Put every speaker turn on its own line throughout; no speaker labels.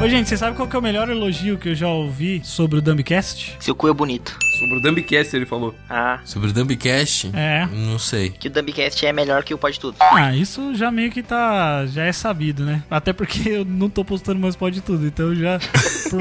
Ô, gente, você sabe qual que é o melhor elogio que eu já ouvi sobre o Dumbcast?
Seu cu é bonito.
Sobre o Dumbcast ele falou.
Ah,
Sobre o Dumbcast?
É.
Não sei.
que o Dumbcast é melhor que o Pode Tudo.
Ah, isso já meio que tá. Já é sabido, né? Até porque eu não tô postando mais pode tudo. Então já. Por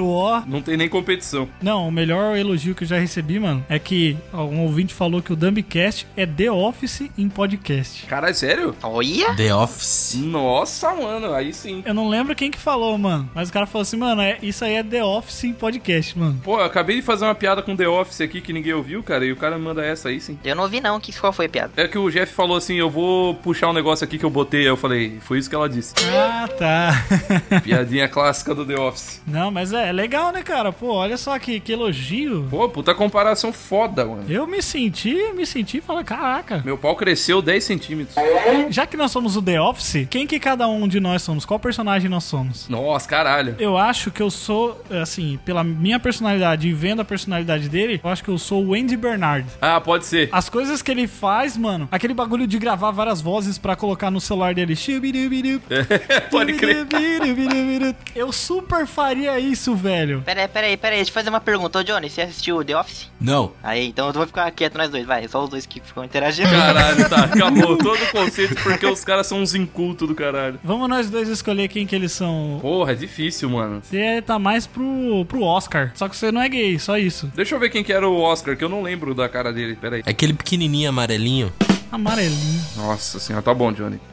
WO.
Não tem nem competição.
Não, o melhor elogio que eu já recebi, mano, é que um ouvinte falou que o Dumbcast é The Office em podcast.
Caralho, sério?
Olha!
The Office.
Nossa, mano, aí sim.
Eu não lembro quem que falou, mano. Mas o cara falou assim, mano, é- isso aí é The Office em podcast, mano.
Pô, eu acabei de fazer uma piada com The Office aqui que ninguém ouviu, cara, e o cara manda essa aí sim.
Eu não ouvi não, que qual foi a piada?
É que o Jeff falou assim: eu vou puxar um negócio aqui que eu botei. Aí eu falei, foi isso que ela disse.
Ah, tá.
Piadinha clássica do The Office.
não, mas é, é legal, né, cara? Pô, olha só que, que elogio.
Pô, puta comparação foda, mano.
Eu me senti, me senti e falei, caraca.
Meu pau cresceu 10 centímetros. Né?
Já que nós somos o The Office, quem que cada um de nós somos? Qual personagem nós somos?
Nossa, caralho.
Eu acho que eu sou, assim, pela minha personalidade e vendo a personalidade dele, eu acho que eu sou o Andy Bernard.
Ah, pode ser.
As coisas que ele faz, mano, aquele bagulho de gravar várias vozes pra colocar no celular dele. Shubirubiru,
É, Pode crer.
birubirubiru. Eu super faria isso, velho.
Pera aí, pera aí, pera aí, deixa eu fazer uma pergunta. Ô, Johnny, você assistiu The Office?
Não.
Aí, então eu vou ficar quieto nós dois, vai. Só os dois que ficam interagindo.
Caralho, tá, acabou todo o conceito porque os caras são uns incultos do caralho.
Vamos nós dois escolher quem que eles são.
Porra, é difícil, mano.
Você tá mais pro, pro Oscar. Só que você não é gay, só isso.
Deixa eu ver quem que era o Oscar, que eu não lembro da cara dele. Pera aí.
é Aquele pequenininho amarelinho.
Amarelinho.
Nossa senhora, tá bom, Johnny.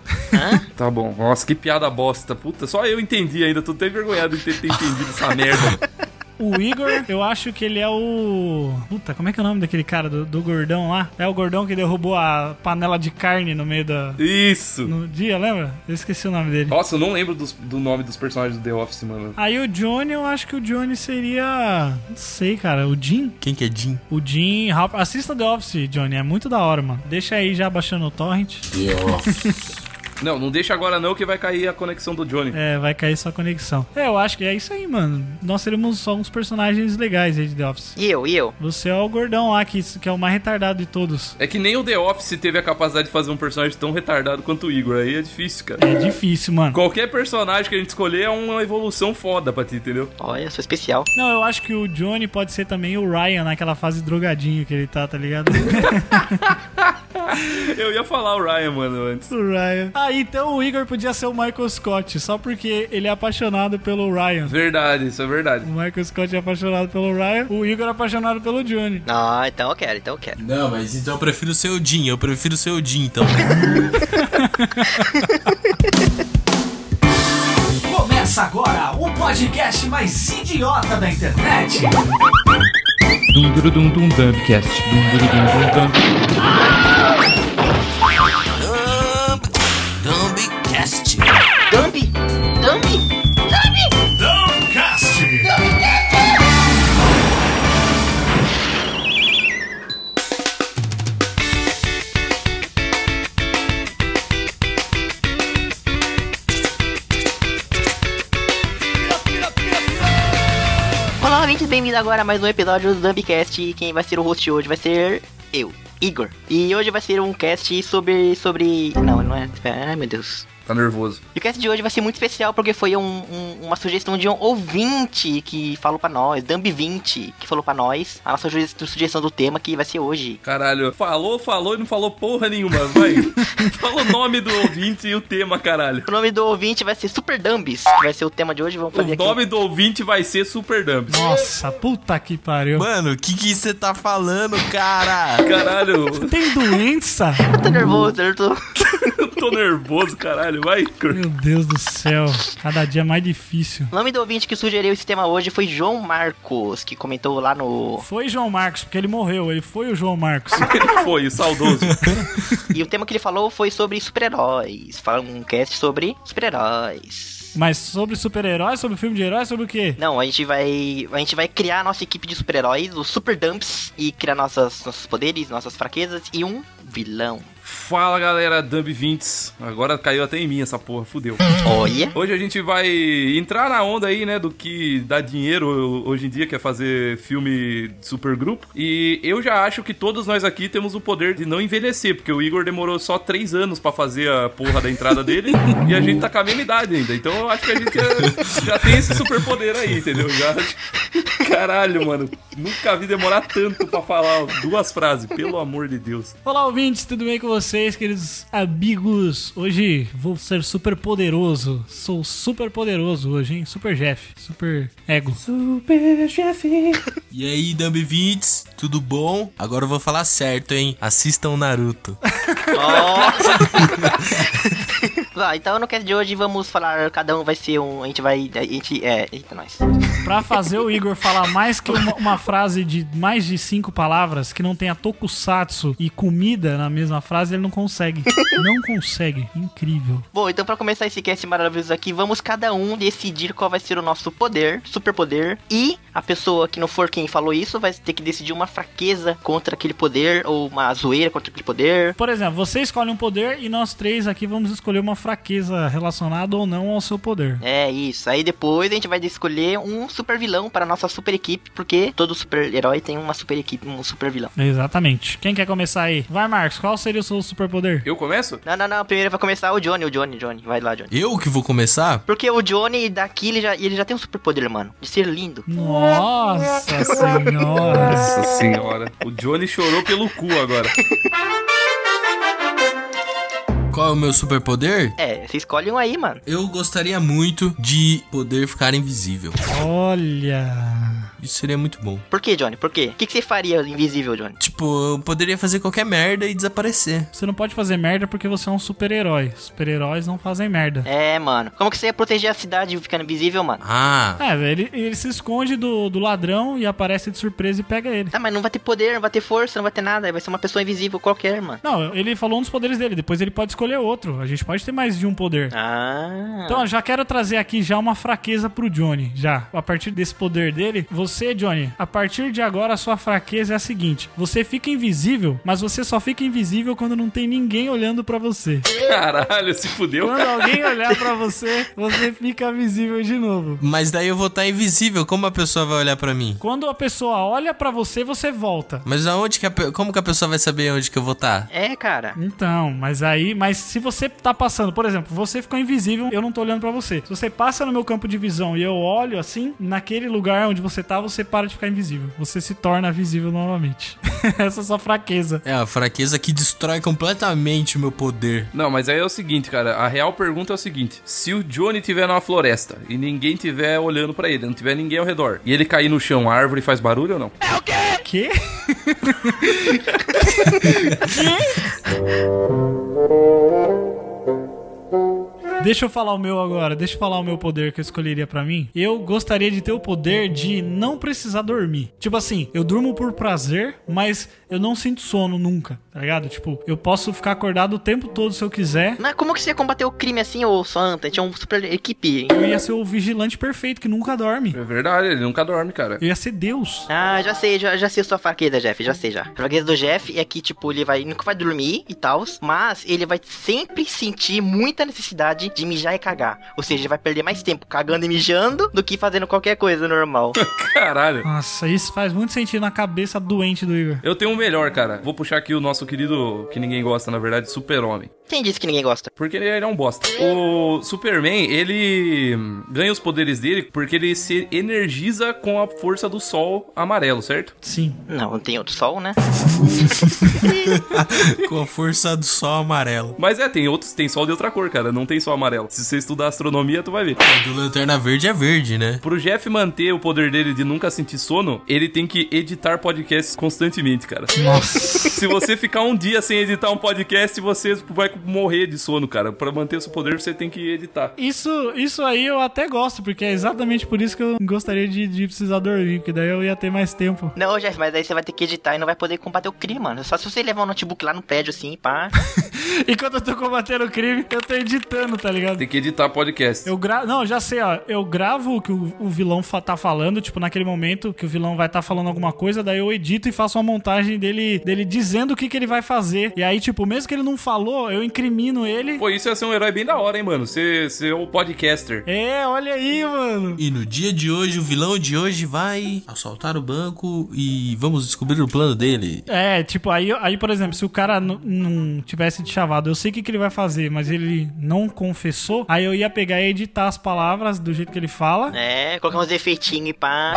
Tá bom. Nossa, que piada bosta. Puta, só eu entendi ainda. Tô até envergonhado de ter, ter entendido essa merda.
O Igor, eu acho que ele é o. Puta, como é que é o nome daquele cara do, do gordão lá? É o gordão que derrubou a panela de carne no meio da.
Isso.
No dia, lembra? Eu esqueci o nome dele.
Nossa, eu não lembro dos- do nome dos personagens do The Office, mano.
Aí o Johnny, eu acho que o Johnny seria. Não sei, cara. O Jim?
Quem que é Jim?
O Jim. Ralph- Assista The Office, Johnny. É muito da hora, mano. Deixa aí já baixando o torrent.
The Office.
Não, não deixa agora não que vai cair a conexão do Johnny.
É, vai cair sua conexão. É, eu acho que é isso aí, mano. Nós seremos só uns personagens legais aí de The Office.
E eu, e eu?
Você é o gordão lá, que, que é o mais retardado de todos.
É que nem o The Office teve a capacidade de fazer um personagem tão retardado quanto o Igor. Aí é difícil, cara.
É difícil, mano.
Qualquer personagem que a gente escolher é uma evolução foda pra ti, entendeu?
Olha, sou especial.
Não, eu acho que o Johnny pode ser também o Ryan naquela fase drogadinho que ele tá, tá ligado?
Eu ia falar o Ryan, mano, antes.
o Ryan. Ah, então o Igor podia ser o Michael Scott, só porque ele é apaixonado pelo Ryan.
Verdade, isso é verdade.
O Michael Scott é apaixonado pelo Ryan, o Igor é apaixonado pelo Johnny.
Ah, então eu quero, então eu quero.
Não, mas então eu prefiro ser o Jim. Eu prefiro ser o Jim, então.
Começa agora o podcast mais idiota da internet.
Dumbcast.
Dump! Dump! Olá, ouvintes, bem-vindo agora a mais um episódio do Dumbcast. E quem vai ser o host hoje vai ser eu, Igor. E hoje vai ser um cast sobre. sobre. Não, não é. Ai, meu Deus.
Tá nervoso.
E o cast de hoje vai ser muito especial porque foi um- um- uma sugestão de um ouvinte que falou pra nós, Dumb20, que falou pra nós a nossa suge- sugestão do tema que vai ser hoje.
Caralho, falou, falou e não falou porra nenhuma, vai. Fala o nome do ouvinte e o tema, caralho.
O nome do ouvinte vai ser Super Dumbs, que vai ser o tema de hoje. Vamos
O
fazer aqui. um
nome do ouvinte vai ser Super Dumb.
Nossa, puta que pariu.
Mano, o que que você tá falando, cara?
Caralho,
Tem doença?
Eu tô nervoso, eu tô.
eu tô nervoso, caralho, vai. Igor.
Meu Deus do céu, cada dia é mais difícil.
O nome do ouvinte que sugeriu esse tema hoje foi João Marcos, que comentou lá no.
Foi João Marcos, porque ele morreu, ele foi o João Marcos.
Ele foi, o saudoso.
E o tema que ele falou foi sobre super-heróis. Fala um cast sobre super-heróis.
Mas sobre super-heróis, sobre filme de heróis, sobre o quê?
Não, a gente vai. A gente vai criar a nossa equipe de super-heróis, os Super Dumps, e criar nossas, nossos poderes, nossas fraquezas e um vilão.
Fala galera, Dumb 20. Agora caiu até em mim essa porra, fudeu.
Olha.
Hoje a gente vai entrar na onda aí, né, do que dá dinheiro hoje em dia, que é fazer filme de supergrupo. E eu já acho que todos nós aqui temos o poder de não envelhecer, porque o Igor demorou só três anos pra fazer a porra da entrada dele e a gente tá com a mesma idade ainda. Então eu acho que a gente já, já tem esse superpoder aí, entendeu? Já. Caralho, mano. Nunca vi demorar tanto pra falar duas frases, pelo amor de Deus.
Olá, ouvintes, tudo bem com vocês, queridos amigos? Hoje vou ser super poderoso. Sou super poderoso hoje, hein? Super Jeff, super ego.
E aí, Dumb 20, tudo bom? Agora eu vou falar certo, hein? Assistam Naruto.
Lá, então no cast de hoje vamos falar, cada um vai ser um. A gente vai. A gente. É. Eita, nós.
Pra fazer o Igor falar mais que uma, uma frase de mais de cinco palavras que não tenha tokusatsu e comida na mesma frase, ele não consegue. Não consegue. Incrível.
Bom, então pra começar esse cast maravilhoso aqui, vamos cada um decidir qual vai ser o nosso poder, superpoder. E a pessoa que não for quem falou isso vai ter que decidir uma fraqueza contra aquele poder, ou uma zoeira contra aquele poder.
Por exemplo, você escolhe um poder e nós três aqui vamos escolher uma fraqueza relacionada ou não ao seu poder.
É isso. Aí depois a gente vai escolher um super vilão para a nossa super equipe, porque todo super herói tem uma super equipe, um super vilão.
Exatamente. Quem quer começar aí? Vai, Marcos, qual seria o seu superpoder?
Eu começo?
Não, não, não. Primeiro vai começar o Johnny, o Johnny, Johnny. Vai lá, Johnny.
Eu que vou começar?
Porque o Johnny daqui, ele já, ele já tem um superpoder, mano. De ser lindo.
Nossa senhora.
Nossa senhora. O Johnny chorou pelo cu agora.
Qual é o meu superpoder?
É, você escolhe um aí, mano.
Eu gostaria muito de poder ficar invisível.
Olha.
Isso seria muito bom.
Por que, Johnny? Por quê? O que, que você faria invisível, Johnny?
Tipo, eu poderia fazer qualquer merda e desaparecer.
Você não pode fazer merda porque você é um super-herói. Super-heróis não fazem merda.
É, mano. Como que você ia proteger a cidade ficando invisível, mano?
Ah,
É, ele, ele se esconde do, do ladrão e aparece de surpresa e pega ele.
Tá, mas não vai ter poder, não vai ter força, não vai ter nada. Vai ser uma pessoa invisível qualquer, mano.
Não, ele falou um dos poderes dele, depois ele pode escolher outro. A gente pode ter mais de um poder.
Ah.
Então, eu já quero trazer aqui já uma fraqueza pro Johnny, já. A partir desse poder dele, você, Johnny, a partir de agora a sua fraqueza é a seguinte: você fica invisível, mas você só fica invisível quando não tem ninguém olhando pra você.
Caralho, se fudeu.
Quando alguém olhar pra você, você fica visível de novo.
mas daí eu vou estar invisível. Como a pessoa vai olhar pra mim?
Quando a pessoa olha pra você, você volta.
Mas aonde que a, pe- como que a pessoa vai saber onde que eu vou tá? estar?
É, cara.
Então, mas aí, mas se você tá passando, por exemplo, você ficou invisível, eu não tô olhando pra você. Se você passa no meu campo de visão e eu olho assim, naquele lugar onde você tá, você para de ficar invisível. Você se torna visível novamente. Essa é a sua fraqueza.
É a fraqueza que destrói completamente o meu poder.
Não, mas aí é o seguinte, cara. A real pergunta é o seguinte: se o Johnny tiver numa floresta e ninguém tiver olhando pra ele, não tiver ninguém ao redor, e ele cair no chão, a árvore faz barulho ou não?
Que? Deixa eu falar o meu agora, deixa eu falar o meu poder que eu escolheria pra mim. Eu gostaria de ter o poder de não precisar dormir. Tipo assim, eu durmo por prazer, mas eu não sinto sono nunca, tá ligado? Tipo, eu posso ficar acordado o tempo todo se eu quiser.
Mas como que você ia combater o crime assim, ô Santa? Tinha um super equipe. hein?
Eu ia ser o vigilante perfeito que nunca dorme.
É verdade, ele nunca dorme, cara.
Eu ia ser Deus.
Ah, já sei, já, já sei a sua fraqueza, Jeff, já sei já. A fraqueza do Jeff é que, tipo, ele vai nunca vai dormir e tal, mas ele vai sempre sentir muita necessidade de mijar e cagar. Ou seja, ele vai perder mais tempo cagando e mijando do que fazendo qualquer coisa normal.
Caralho.
Nossa, isso faz muito sentido na cabeça doente do Igor.
Eu tenho um melhor, cara. Vou puxar aqui o nosso querido, que ninguém gosta, na verdade, Super-Homem.
Quem disse que ninguém gosta?
Porque ele é um bosta. O Superman, ele hum, ganha os poderes dele porque ele se energiza com a força do sol amarelo, certo?
Sim.
Não, não tem outro sol, né?
Com a força do sol amarelo.
Mas é, tem outros, tem sol de outra cor, cara. Não tem sol amarelo. Se você estudar astronomia, tu vai ver.
Do lanterna verde é verde, né?
Pro Jeff manter o poder dele de nunca sentir sono, ele tem que editar podcasts constantemente, cara.
Nossa.
Se você ficar um dia sem editar um podcast, você vai morrer de sono, cara. Pra manter o seu poder, você tem que editar.
Isso, isso aí eu até gosto, porque é exatamente por isso que eu gostaria de, de precisar dormir, porque daí eu ia ter mais tempo.
Não, Jeff, mas aí você vai ter que editar e não vai poder combater o crime, mano. Só se você levar um notebook lá no prédio assim, pá.
Enquanto eu tô combatendo o crime, eu tô editando, tá ligado?
Tem que editar podcast.
Eu gravo. Não, já sei, ó. Eu gravo o que o, o vilão fa- tá falando, tipo, naquele momento que o vilão vai estar tá falando alguma coisa, daí eu edito e faço uma montagem personagem dele, dele dizendo o que, que ele vai fazer. E aí, tipo, mesmo que ele não falou, eu incrimino ele.
Pô, isso ia ser um herói bem da hora, hein, mano? Ser, ser o um podcaster.
É, olha aí, mano.
E no dia de hoje, o vilão de hoje vai assaltar o banco e vamos descobrir o plano dele.
É, tipo, aí, aí por exemplo, se o cara n- não tivesse te chavado, eu sei o que, que ele vai fazer, mas ele não confessou, aí eu ia pegar e editar as palavras do jeito que ele fala.
É, colocar uns efeitinhos e pá.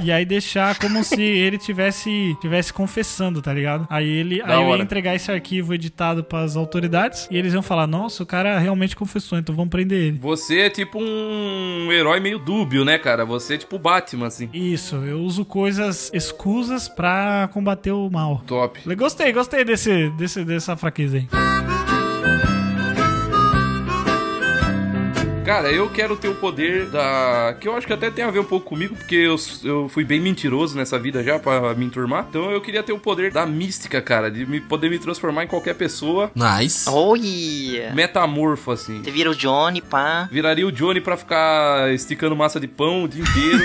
E aí deixar como se ele tivesse tivesse confessando, tá ligado? Aí ele
Da
aí eu ia
hora.
entregar esse arquivo editado pras autoridades e eles iam falar: "Nossa, o cara realmente confessou, então vamos prender ele".
Você é tipo um herói meio dúbio, né, cara? Você é tipo o Batman, assim.
Isso, eu uso coisas escusas pra combater o mal.
Top.
Gostei, gostei desse, desse dessa fraqueza aí.
Cara, eu quero ter o poder da. Que eu acho que até tem a ver um pouco comigo, porque eu, eu fui bem mentiroso nessa vida já pra me enturmar. Então eu queria ter o poder da mística, cara, de me poder me transformar em qualquer pessoa
Nice.
Olha.
metamorfo, assim.
Você vira o Johnny, pá.
Viraria o Johnny pra ficar esticando massa de pão o dia inteiro.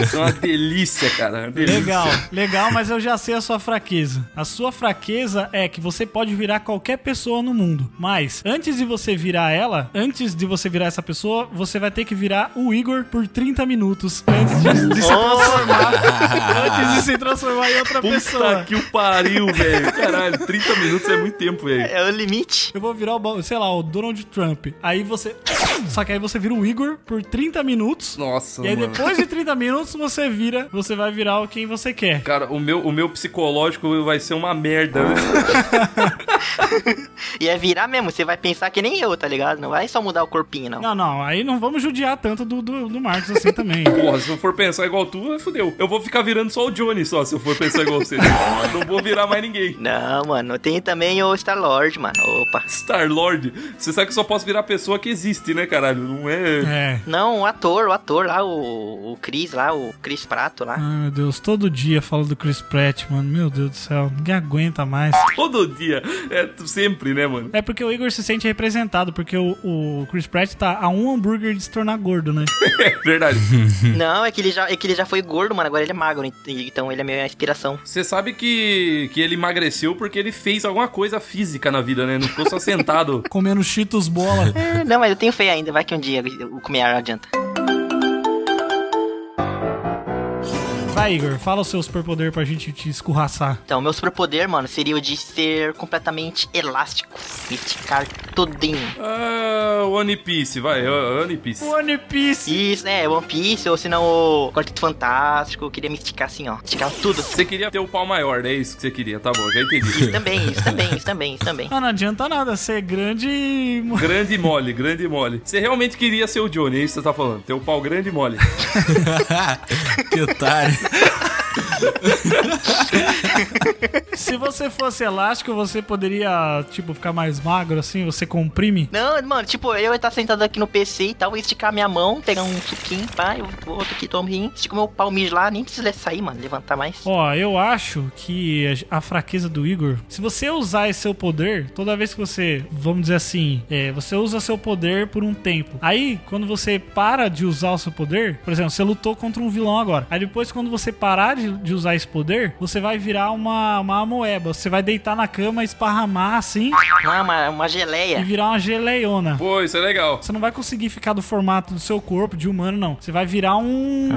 Isso é uma delícia, cara. é Uma delícia.
Legal, legal, mas eu já sei a sua fraqueza. A sua fraqueza é que você pode virar qualquer pessoa no mundo. Mas antes de você virar ela, antes de você virar essa pessoa, você vai ter que virar o Igor por 30 minutos antes de, de se transformar. antes de se transformar em outra
Ah. Puta
pessoa.
que o pariu, velho. Caralho, 30 minutos é muito tempo, velho.
É o limite.
Eu vou virar o, ba- sei lá, o Donald Trump. Aí você. Só que aí você vira o Igor por 30 minutos.
Nossa,
E aí
mano.
depois de 30 minutos você vira, você vai virar o quem você quer.
Cara, o meu, o meu psicológico vai ser uma merda. né? velho.
E é virar mesmo, você vai pensar que nem eu, tá ligado? Não vai só mudar o corpinho, não.
Não, não, aí não vamos judiar tanto do, do, do Marcos assim também.
Porra, se eu for pensar igual tu, é fudeu. Eu vou ficar virando só o Johnny só, se eu for pensar igual você. Não vou virar mais ninguém.
Não, mano, tem também o Star-Lord, mano. Opa.
Star-Lord. Você sabe que só posso virar a pessoa que existe, né, caralho? Não é...
É.
Não, o ator, o ator lá, o, o Chris lá, o Chris Prato lá.
Ai, meu Deus, todo dia falo do Chris Pratt, mano. Meu Deus do céu, ninguém aguenta mais.
Todo dia. É sempre, né, mano?
É porque o Igor se sente representado, porque o, o Chris Pratt tá a um hambúrguer de se tornar gordo, né?
É verdade.
Não, é que, ele já, é que ele já foi gordo, mano, agora ele é magro, ent- então ele é meio a inspiração.
Você sabe que, que ele emagreceu porque ele fez alguma coisa física na vida, né? Não ficou só sentado.
Comendo Cheetos bola.
É, Não, mas eu tenho fé ainda, vai que um dia o comer não adianta.
Vai, Igor, fala o seu superpoder pra gente te escorraçar.
Então, meu superpoder, mano, seria o de ser completamente elástico, me esticar todinho.
Ah, One Piece, vai. ah, One Piece.
One Piece!
Isso, é, One Piece, ou se não o Quarteto Fantástico, eu queria me esticar assim, ó. Esticar tudo.
Você queria ter o pau maior, é isso que você queria, tá bom, já entendi.
Isso também, isso também, isso também, isso também.
Ah, não adianta nada, ser grande e...
grande e mole, grande e mole. Você realmente queria ser o Johnny, é isso que você tá falando. Ter o pau grande e mole.
que otário.
Se você fosse elástico, você poderia, tipo, ficar mais magro assim, você comprime?
Não, mano, tipo, eu ia estar sentado aqui no PC e tal, ia esticar minha mão, pegar um suquinho, pá, eu vou aqui, tomo rim, estico meu palmijo lá, nem precisa sair, mano, levantar mais.
Ó, eu acho que a a fraqueza do Igor, se você usar esse seu poder, toda vez que você, vamos dizer assim, é, você usa seu poder por um tempo. Aí, quando você para de usar o seu poder, por exemplo, você lutou contra um vilão agora. Aí depois, quando você parar de, de usar esse poder, você vai virar uma, uma amoeba. Você vai deitar na cama, esparramar assim
Ah, uma, uma
e
geleia.
virar uma geleiona.
Pô, isso é legal.
Você não vai conseguir ficar do formato do seu corpo, de humano, não. Você vai virar um.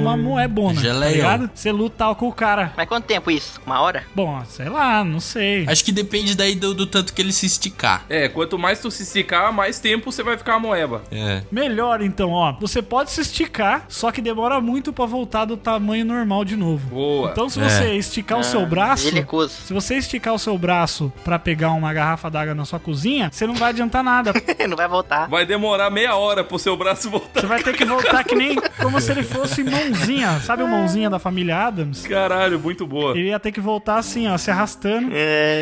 uma moebona.
Geleia.
Tá ligado? Você luta com o cara.
Mas quanto tempo isso? Uma hora?
Bom, sei lá, não sei.
Acho que depende daí do, do tanto que ele se esticar.
É, quanto mais tu se esticar, mais tempo você vai ficar a moeba.
É.
Melhor então, ó. Você pode se esticar, só que demora muito pra voltar do tamanho normal de novo.
Boa.
Então, se
É.
você
Ah,
esticar o seu braço.
Gelecoso.
Se você esticar o seu braço pra pegar uma garrafa d'água na sua cozinha, você não vai adiantar nada.
Não vai voltar.
Vai demorar meia hora pro seu braço voltar.
Você vai ter que voltar que nem como se ele fosse mãozinha. Sabe o mãozinha da família Adams?
Caralho, muito boa.
Ele ia ter que voltar assim, ó, se arrastando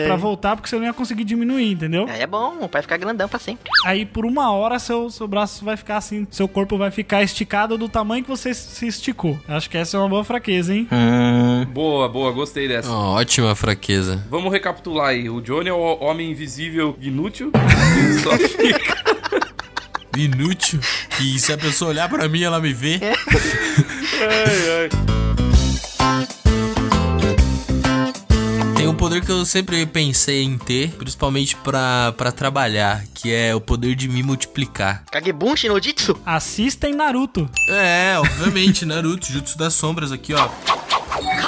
pra voltar, porque você não ia conseguir diminuir, entendeu?
Aí é bom, vai ficar grandão pra sempre.
Aí por uma hora seu, seu braço vai ficar assim, seu corpo vai ficar esticado do tamanho que você se esticou. Acho que essa é uma boa fraqueza, hein?
Hum.
Boa, boa, gostei dessa.
Ah.
Ó, ótima fraqueza.
Vamos recapitular aí. O Johnny é o homem invisível inútil. Ele só fica.
Inútil. E se a pessoa olhar pra mim, ela me vê.
Ai, ai.
um poder que eu sempre pensei em ter, principalmente pra, pra trabalhar, que é o poder de me multiplicar.
Kagebunshi no Jitsu?
Assistem Naruto.
É, obviamente, Naruto, Jutsu das Sombras aqui, ó.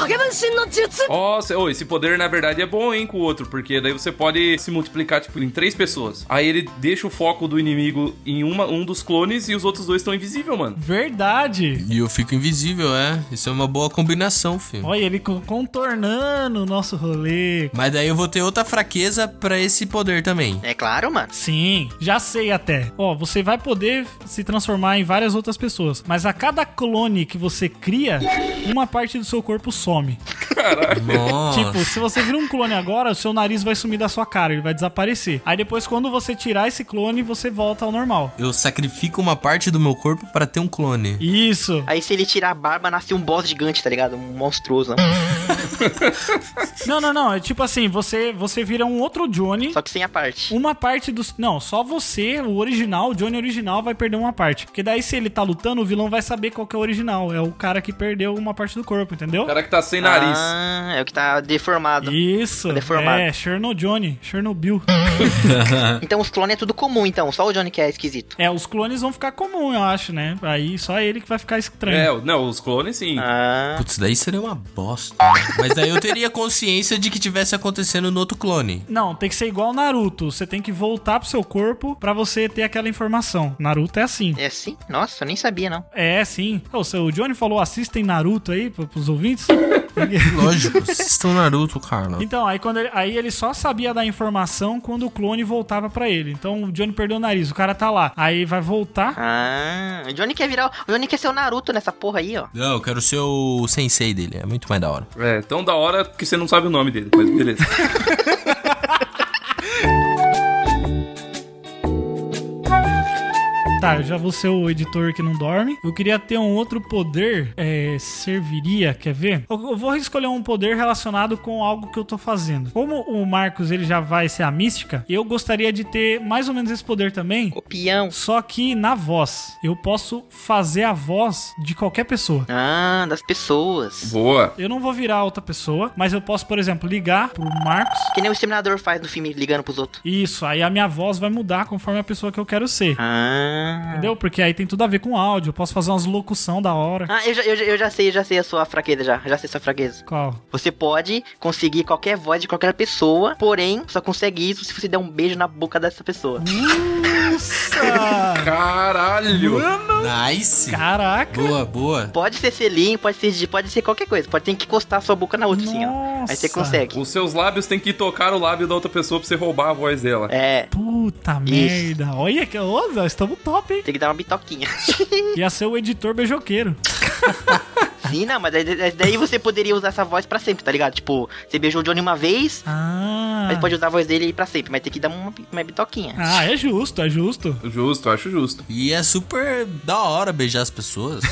影分身の術
Ó, cê- ô, esse poder na verdade é bom, hein, com o outro, porque daí você pode se multiplicar, tipo, em três pessoas. Aí ele deixa o foco do inimigo em uma, um dos clones e os outros dois estão invisível, mano.
Verdade.
E eu fico invisível, é. Isso é uma boa combinação, filho.
Olha ele co- contornando o nosso rolê.
Mas daí eu vou ter outra fraqueza pra esse poder também.
É claro, mano.
Sim, já sei até. Ó, você vai poder se transformar em várias outras pessoas, mas a cada clone que você cria, uma parte do seu corpo some.
Nossa.
Tipo, se você vira um clone agora, o seu nariz vai sumir da sua cara, ele vai desaparecer. Aí depois, quando você tirar esse clone, você volta ao normal.
Eu sacrifico uma parte do meu corpo pra ter um clone.
Isso.
Aí se ele tirar a barba, nasce um boss gigante, tá ligado? Um monstruoso.
Não, não, não. É tipo assim, você você vira um outro Johnny.
Só que sem a parte.
Uma parte dos. Não, só você, o original, o Johnny original, vai perder uma parte. Porque daí, se ele tá lutando, o vilão vai saber qual que é o original. É o cara que perdeu uma parte do corpo, entendeu?
O cara que tá sem nariz.
Ah, é o que tá deformado.
Isso.
tá Deformado.
É, Chernobyl Johnny, Chernobyl.
Então os clones é tudo comum, então. Só o Johnny que é esquisito.
é, os clones vão ficar comum, eu acho, né? Aí só ele que vai ficar estranho.
É, não, os clones sim.
Ah,
Putz, daí seria uma bosta. Mas daí eu teria consciência de que tivesse acontecendo no outro clone.
Não, tem que ser igual Naruto. Você tem que voltar pro seu corpo pra você ter aquela informação. Naruto é assim.
é assim? Nossa, eu nem sabia, não.
É, sim. Ô, seu- o Johnny falou, assistem Naruto aí pro- pros ouvintes.
Lógico, assistam Naruto, cara.
Então, aí, quando ele, aí ele só sabia da informação quando o clone voltava pra ele. Então o Johnny perdeu o nariz, o cara tá lá. Aí vai voltar.
Ah, o Johnny quer virar. O Johnny quer ser o Naruto nessa porra aí, ó.
Não, eu quero ser o sensei dele, é muito mais da hora.
É, tão da hora que você não sabe o nome dele, mas beleza.
Tá, eu já vou ser o editor que não dorme. Eu queria ter um outro poder. É, serviria, quer ver? Eu, eu vou escolher um poder relacionado com algo que eu tô fazendo. Como o Marcos ele já vai ser a mística, eu gostaria de ter mais ou menos esse poder também.
Copião.
Só que na voz. Eu posso fazer a voz de qualquer pessoa.
Ah, das pessoas.
Boa.
Eu não vou virar outra pessoa, mas eu posso, por exemplo, ligar pro Marcos.
Que nem o Exterminador faz no filme, ligando pros outros.
Isso, aí a minha voz vai mudar conforme a pessoa que eu quero ser.
Ah.
Entendeu? Porque aí tem tudo a ver com áudio. Eu posso fazer umas locução da hora.
Ah, eu já, eu, já- eu já sei, eu já sei a sua fraqueza já. Eu Já sei a sua fraqueza.
Qual?
Você pode conseguir qualquer voz de qualquer pessoa, porém, só consegue isso se você der um beijo na boca dessa pessoa.
Nossa!
Caralho.
Nice!
Caraca!
Boa, boa.
Pode ser selinho, pode ser, pode ser qualquer coisa. Pode ter que encostar sua boca na outra, assim, ó. Aí você
Nossa.
consegue.
Os seus lábios têm que tocar o lábio da outra pessoa pra você roubar a voz dela.
É,
Puta
Isso.
merda! Olha que. Ô, nós estamos top, hein?
tem que dar uma bitoquinha.
Ia ser o editor beijoqueiro.
Sim, não, mas daí, daí você poderia usar essa voz pra sempre, tá ligado? Tipo, você beijou o Johnny uma vez,
Ah!
mas pode usar a voz dele pra sempre, mas tem que dar uma, uma bitoquinha.
Ah, é justo, é justo.
Justo, acho justo.
E é super da hora beijar as pessoas.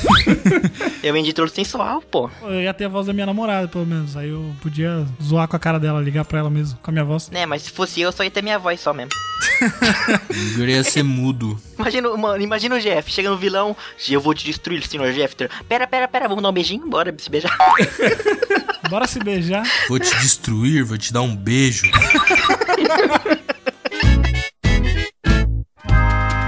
Eu vendi todo sensual, pô.
Eu ia ter a voz da minha namorada, pelo menos. Aí eu podia zoar com a cara dela, ligar pra ela mesmo, com a minha voz.
Né, mas se fosse eu, só ia ter minha voz só mesmo.
Eu ia ser mudo.
Imagina, o- mano, imagina o Jeff, chega no vilão, eu vou te destruir, senhor Jeff. Pera, pera, pera, vamos dar um beijinho? Bora se beijar.
Bora se beijar.
Vou te destruir, vou te dar um beijo.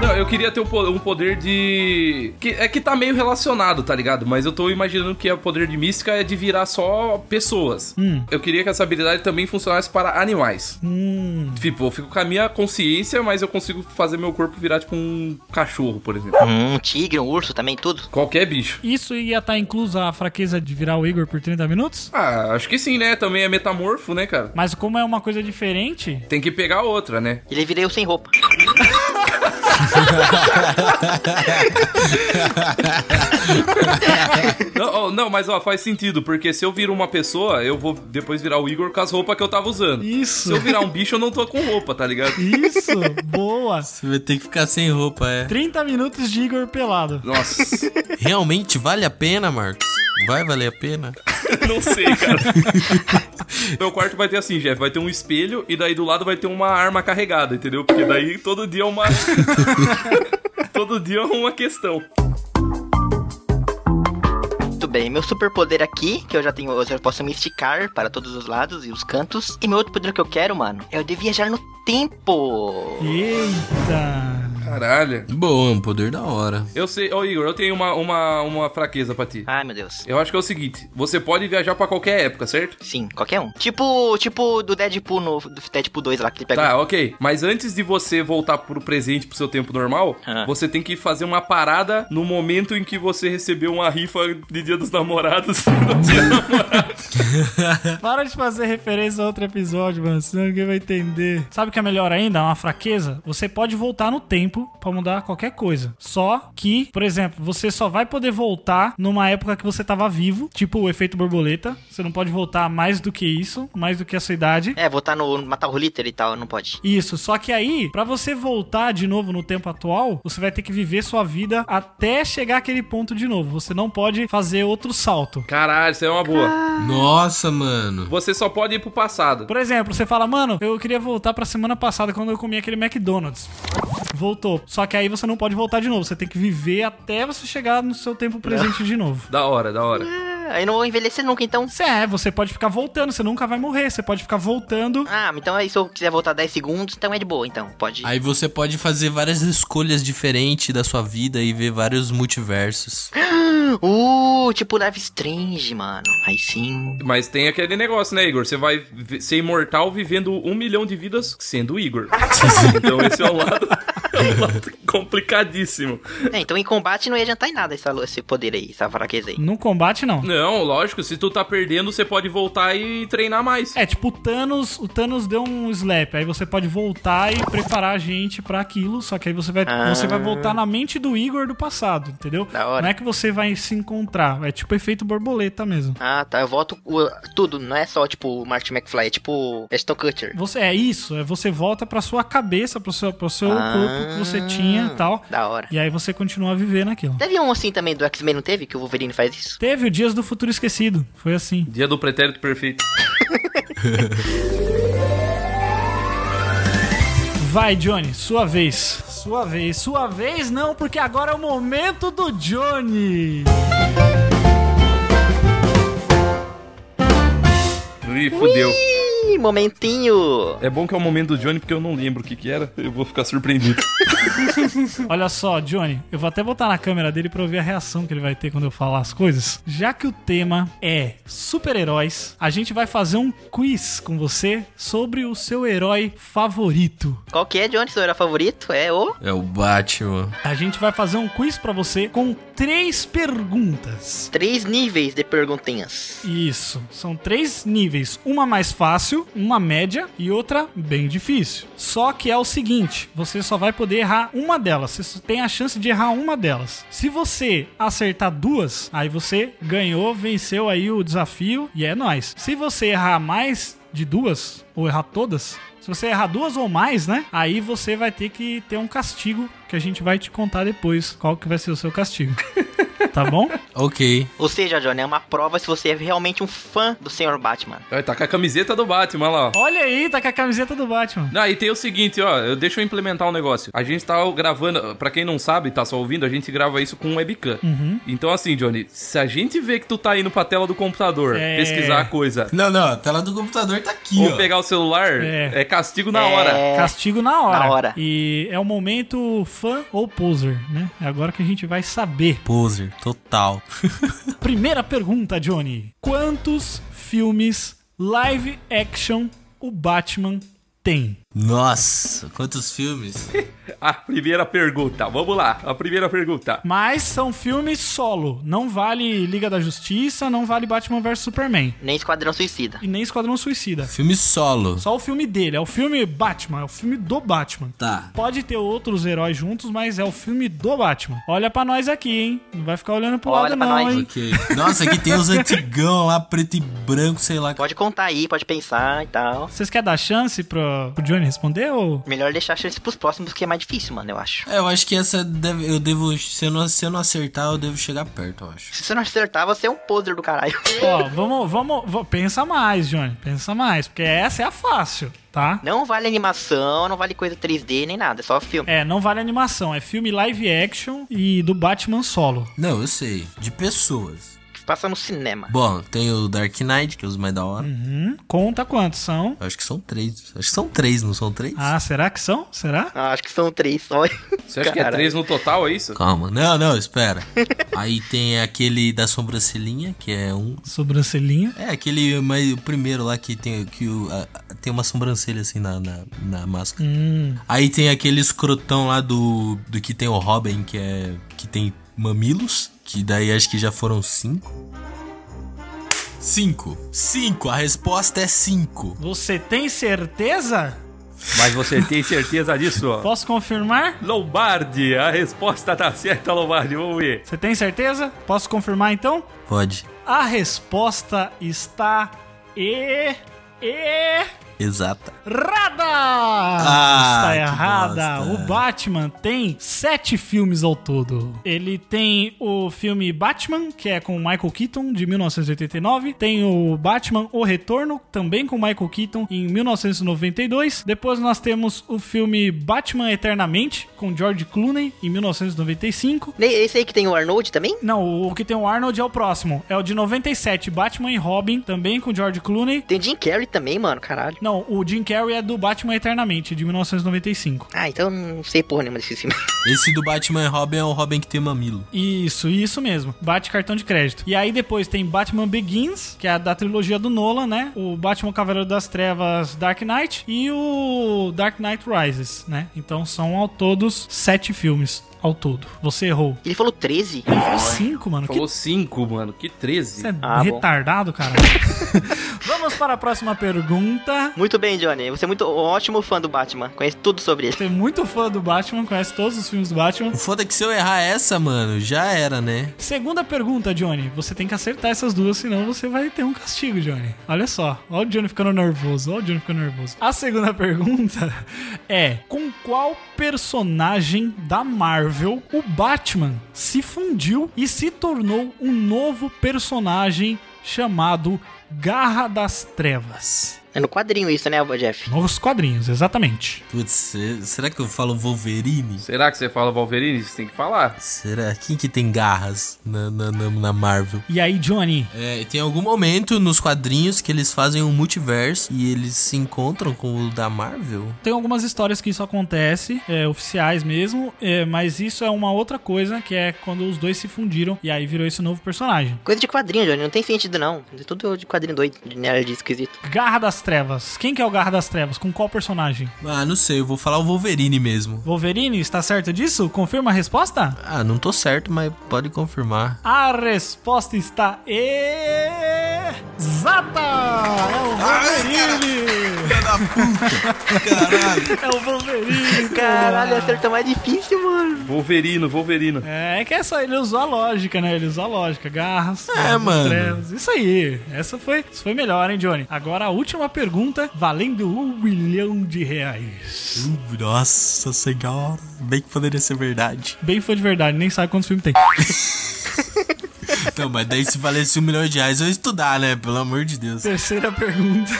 Não, eu queria ter um po- um poder de. que- é que tá meio relacionado, tá ligado? Mas eu tô imaginando que o poder de mística é de virar só pessoas.
Hum.
Eu queria que essa habilidade também funcionasse para animais.
Hum.
Tipo, eu fico com a minha consciência, mas eu consigo fazer meu corpo virar tipo um cachorro, por exemplo.
Um tigre, um urso também, tudo.
Qualquer bicho.
Isso ia estar inclusa a fraqueza de virar o Igor por 30 minutos?
Ah, acho que sim, né? Também é metamorfo, né, cara?
Mas como é uma coisa diferente,
Tem que pegar outra, né?
Ele virei eu sem roupa.
Não, ó, não, mas ó, faz sentido, porque se eu viro uma pessoa, eu vou depois virar o Igor com as roupas que eu tava usando.
Isso.
Se eu virar um bicho, eu não tô com roupa, tá ligado?
Isso, boa.
Você vai ter que ficar sem roupa, é.
30 minutos de Igor pelado.
Nossa,
Realmente vale a pena, Marcos? Vai valer a pena?
não sei, cara. Meu quarto vai ter assim, Jeff, vai ter um espelho e daí do lado vai ter uma arma carregada, entendeu? Porque daí todo dia é uma. todo dia é uma questão.
Muito bem, meu superpoder aqui, que eu já tenho, eu já posso me esticar para todos os lados e os cantos. E meu outro poder que eu quero, mano, é o de viajar no tempo.
Eita!
Caralho.
Bom, um poder da hora.
Eu sei, ô Igor, eu tenho uma, uma, uma fraqueza pra ti.
Ai, meu Deus.
Eu acho que é o seguinte: você pode viajar pra qualquer época, certo?
Sim, qualquer um. Tipo, tipo do Deadpool no do Deadpool 2 lá que ele pega.
Tá, ok. Mas antes de você voltar pro presente, pro seu tempo normal,
Ah.
você tem que fazer uma parada no momento em que você recebeu uma rifa de Dia dos Namorados. No dia dos namorados.
Para de fazer referência a outro episódio, mano, senão ninguém vai entender. Sabe o que é melhor ainda? Uma fraqueza? Você pode voltar no tempo pra mudar qualquer coisa. Só que, por exemplo, você só vai poder voltar numa época que você tava vivo, tipo o efeito borboleta. Você não pode voltar mais do que isso, mais do que a sua idade.
É, voltar no matar o Litter e tal, não pode.
Isso, só que aí, pra você voltar de novo no tempo atual, você vai ter que viver sua vida até chegar àquele ponto de novo. Você não pode fazer outro salto.
Caralho, isso é uma boa.
Ah. Nossa, mano.
Você só pode ir pro passado.
Por exemplo, você fala, mano, eu queria voltar pra semana passada quando eu comi aquele McDonald's. Voltou. Só que aí você não pode voltar de novo. Você tem que viver até você chegar no seu tempo presente de novo.
Da hora, da hora.
Ah, Aí não vou envelhecer nunca, então.
Você é, você pode ficar voltando, você nunca vai morrer, você pode ficar voltando.
Ah, então aí se eu quiser voltar 10 segundos, então é de boa, então. Pode.
Aí você pode fazer várias escolhas diferentes da sua vida e ver vários multiversos.
Uh, tipo Live Strange, mano. Aí sim.
Mas tem aquele negócio, né, Igor? Você vai vi- ser imortal vivendo um milhão de vidas sendo Igor. então esse é um lado, é um lado complicadíssimo.
É, então em combate não ia adiantar em nada essa, lu- esse poder aí, essa fraqueza aí.
No combate, não.
Não, lógico, se tu tá perdendo, você pode voltar e treinar mais.
É, tipo, o Thanos, o Thanos deu um slap, aí você pode voltar e preparar a gente pra aquilo, só que aí você vai,
Ah.
você vai voltar na mente do Igor do passado, entendeu?
Da hora.
Não é que você vai se encontrar, é tipo efeito borboleta mesmo.
Ah, tá. Eu volto o- tudo, não é só tipo Martin McFly, é tipo Ashton Kutcher.
Você é isso, é você volta pra sua cabeça, pro seu, pro seu
Ah.
corpo que você tinha e tal,
Da hora.
e aí você continua a viver naquilo.
Teve um assim também do X-Men, não teve? Que o Wolverine faz isso?
Teve o Dias do Futuro Esquecido, foi assim.
Dia do pretérito perfeito.
Vai, Johnny, sua vez. Sua vez. Sua vez não, porque agora é o momento do Johnny.
Ih, fudeu.
Ih, momentinho!
É bom que é o momento do Johnny, porque eu não lembro o que que era. Eu vou ficar surpreendido.
Olha só, Johnny, eu vou até botar na câmera dele pra eu ver a reação que ele vai ter quando eu falar as coisas. Já que o tema é super-heróis, a gente vai fazer um quiz com você sobre o seu herói favorito.
Qual que é, Johnny, seu herói favorito? É o...
É o Batman.
A gente vai fazer um quiz pra você com três perguntas.
Três níveis de perguntinhas.
Isso, são três níveis, uma mais fácil, uma média e outra bem difícil. Só que é o seguinte, você só vai poder errar uma delas, você só tem a chance de errar uma delas. Se você acertar duas, aí você ganhou, venceu aí o desafio e é nóis. Se você errar mais de duas, ou errar todas, se você errar duas ou mais, né? Aí você vai ter que ter um castigo que a gente vai te contar depois qual que vai ser o seu castigo. Tá bom?
Ok.
Ou seja, Johnny, é uma prova se você é realmente um fã do Senhor Batman.
Vai, tá com a camiseta do Batman, olha lá, ó.
Olha aí, tá com a camiseta do Batman.
Ah, e tem o seguinte, ó, eu, deixa eu implementar um negócio. A gente tá gravando, pra quem não sabe, tá só ouvindo, a gente grava isso com um webcam. Então, assim, Johnny, se a gente vê que tu tá indo pra tela do computador
É.
pesquisar a coisa
Não, não, a tela do computador tá aqui,
ou
ó.
pegar o celular,
É.
é, castigo na hora.
É.
Castigo na hora.
Na hora.
E é o momento fã ou poser, né? É agora que a gente vai saber.
Poser, total.
Primeira pergunta, Johnny. Quantos filmes live action o Batman tem?
Nossa, quantos filmes?
A primeira pergunta, vamos lá, a primeira pergunta.
Mas são filmes solo. Não vale Liga da Justiça, não vale Batman vs Superman.
Nem Esquadrão Suicida.
E nem Esquadrão Suicida.
Filme solo.
Só o filme dele. É o filme Batman. É o filme do Batman.
Tá.
Pode ter outros heróis juntos, mas é o filme do Batman. Olha pra nós aqui, hein? Não vai ficar olhando pro
Olha
lado,
pra
não,
nós.
hein?
Ok. Nossa, aqui tem os antigão lá, preto e branco, sei lá.
Pode contar aí, pode pensar e tal.
Vocês querem dar chance pro, pro Johnny responder ou.
Melhor deixar a chance pros próximos, que é mais difícil, mano, eu acho.
É, eu acho que essa deve- eu devo. Se eu, não, se eu não acertar, eu devo chegar perto, eu acho.
Se você não acertar, você é um poser do caralho.
Ó, vamos, vamos, vo- Pensa mais, Johnny. Pensa mais, porque essa é a fácil, tá?
Não vale animação, não vale coisa 3D nem nada, é só filme.
É, não vale animação, é filme live action e do Batman solo.
Não, eu sei. De pessoas.
passa no cinema.
Bom, tem o Dark Knight, que é os mais da hora.
Uhum. Conta quantos são.
Eu Acho que são três. Acho que são três, não são três?
Ah, será que são? Será?
Ah, acho que são três só.
Você acha que é
Cara,
três no total, é isso?
Calma. Não, não, espera. Aí tem aquele da sobrancelhinha, que é um.
Sobrancelhinha.
É, aquele mas, o primeiro lá que tem, que o, a- a- tem uma sobrancelha assim na, na, na máscara.
Hum.
Aí tem aquele escrotão lá do, do que tem o Robin, que é. que tem mamilos, que daí acho que já foram cinco. Cinco. Cinco. A resposta é cinco.
Você tem certeza?
Mas você tem certeza disso? ó?
Posso confirmar?
Lombardi, a resposta tá certa, Lombardi. Vamos ver.
Você tem certeza? Posso confirmar então?
Pode.
A resposta está e e
Exata.
Errada!
Ah,
Está
que
errada.
bosta.
O Batman tem sete filmes ao todo. Ele tem o filme Batman, que é com o Michael Keaton, de 1989. Tem o Batman O Retorno, também com o Michael Keaton, em 1992. Depois nós temos o filme Batman Eternamente, com George Clooney, em 1995.
Ne- Esse aí que tem o Arnold também?
Não, o que tem o Arnold é o próximo. É o de 97, Batman e Robin, também com George Clooney.
Tem o Jim Carrey também, mano, caralho.
Não, o Jim Carrey é do Batman Eternamente, de 1995.
Ah, então eu não sei porra nenhuma desse filme.
Esse do Batman e Robin é o Robin que tem mamilo.
Isso, isso mesmo. Bate cartão de crédito. E aí depois tem Batman Begins, que é a da trilogia do Nolan, né? O Batman Cavaleiro das Trevas Dark Knight e o Dark Knight Rises, né? Então são ao todos sete filmes ao todo. Você errou.
Ele falou 13?
Ele falou cinco, mano. Que
Falou cinco, mano. Que
você
13.
é
Ah, bom.
retardado, cara. Vamos para a próxima pergunta.
Muito bem, Johnny. Você é muito ótimo fã do Batman. Conhece tudo sobre ele.
Você é muito fã do Batman, conhece todos os filmes do Batman.
O foda é que se eu errar essa, mano, já era, né?
Segunda pergunta, Johnny. Você tem que acertar essas duas, senão você vai ter um castigo, Johnny. Olha só. Olha o Johnny ficando nervoso. Olha o Johnny ficando nervoso. A segunda pergunta é: Com qual personagem da Marvel o Batman se fundiu e se tornou um novo personagem chamado Garra das Trevas?
É no quadrinho isso, né, Jeff?
Nos quadrinhos, exatamente.
Putz, se- será que eu falo Wolverine?
Será que você fala Wolverine? Você tem que falar.
Será? Quem que tem garras na, na, na, na Marvel?
E aí, Johnny?
É, tem algum momento nos quadrinhos que eles fazem um multiverso e eles se encontram com o da Marvel?
Tem algumas histórias que isso acontece, é, oficiais mesmo, é, mas isso é uma outra coisa, que é quando os dois se fundiram e aí virou esse novo personagem.
Coisa de quadrinho, Johnny. Não tem sentido, não. É tudo de quadrinho doido, de nerd esquisito.
Garra das Trevas. Quem que é o Garra das Trevas? Com qual personagem?
Ah, não sei, eu vou falar o Wolverine mesmo.
Wolverine, está certo disso? Confirma a resposta?
Ah, não tô certo, mas pode confirmar.
A resposta está exata! É o Wolverine!
Caralho!
É o Wolverine! cara.
Caralho, acertou mais difícil, mano.
Wolverino, Wolverino.
É, é que é só ele usou a lógica, né? Ele usou a lógica. Garras, garras,
mano.
trevas. Isso aí. Essa foi, isso foi melhor, hein, Johnny? Agora a última pergunta, valendo um milhão de reais.
Nossa senhora, bem que poderia ser verdade.
Bem foi de verdade, nem sabe quantos filmes tem.
Não, mas daí se valesse um milhão de reais eu ia estudar, né? Pelo amor de Deus.
Terceira pergunta.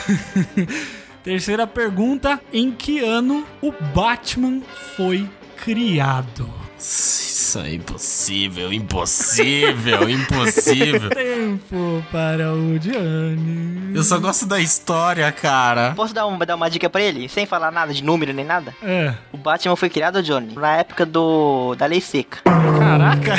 Terceira pergunta: Em que ano o Batman foi criado?
Isso é impossível, impossível, impossível.
Tempo para o Johnny.
Eu só gosto da história, cara.
Posso dar uma, dar uma dica pra ele? Sem falar nada de número nem nada?
É.
O Batman foi criado, Johnny, na época do da Lei Seca.
Caraca.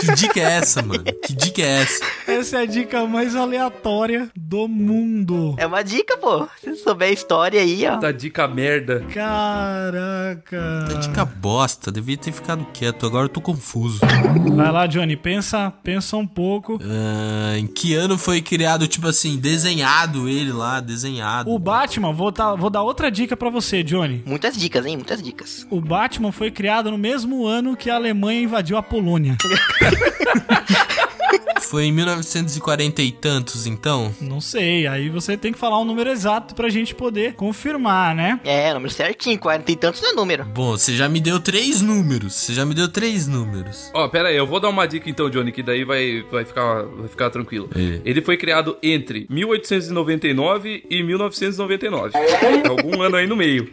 Que dica é essa, mano? Que dica é essa?
Essa é a dica mais aleatória do mundo.
É uma dica, pô. Se souber a história aí, ó.
Da dica merda.
Caraca.
Que dica bosta, devia ter ficado quieto, agora eu tô confuso.
Vai lá, Johnny, pensa, pensa um pouco.
Ah, em que ano foi criado, tipo assim, desenhado ele lá, desenhado?
O Batman, vou, tá- vou dar outra dica pra você, Johnny.
Muitas dicas, hein? Muitas dicas.
O Batman foi criado no mesmo ano que a Alemanha invadiu a Polônia.
Foi em 1940 e tantos, então?
Não sei, aí você tem que falar um número exato pra gente poder confirmar, né?
É, número certinho, 40 e tantos não é número.
Bom, você já me deu três números, você já me deu três números.
Ó, pera aí, eu vou dar uma dica então, Johnny, que daí vai, vai, ficar, vai ficar tranquilo.
É.
Ele foi criado entre 1899 e 1999. Tem algum ano aí no meio.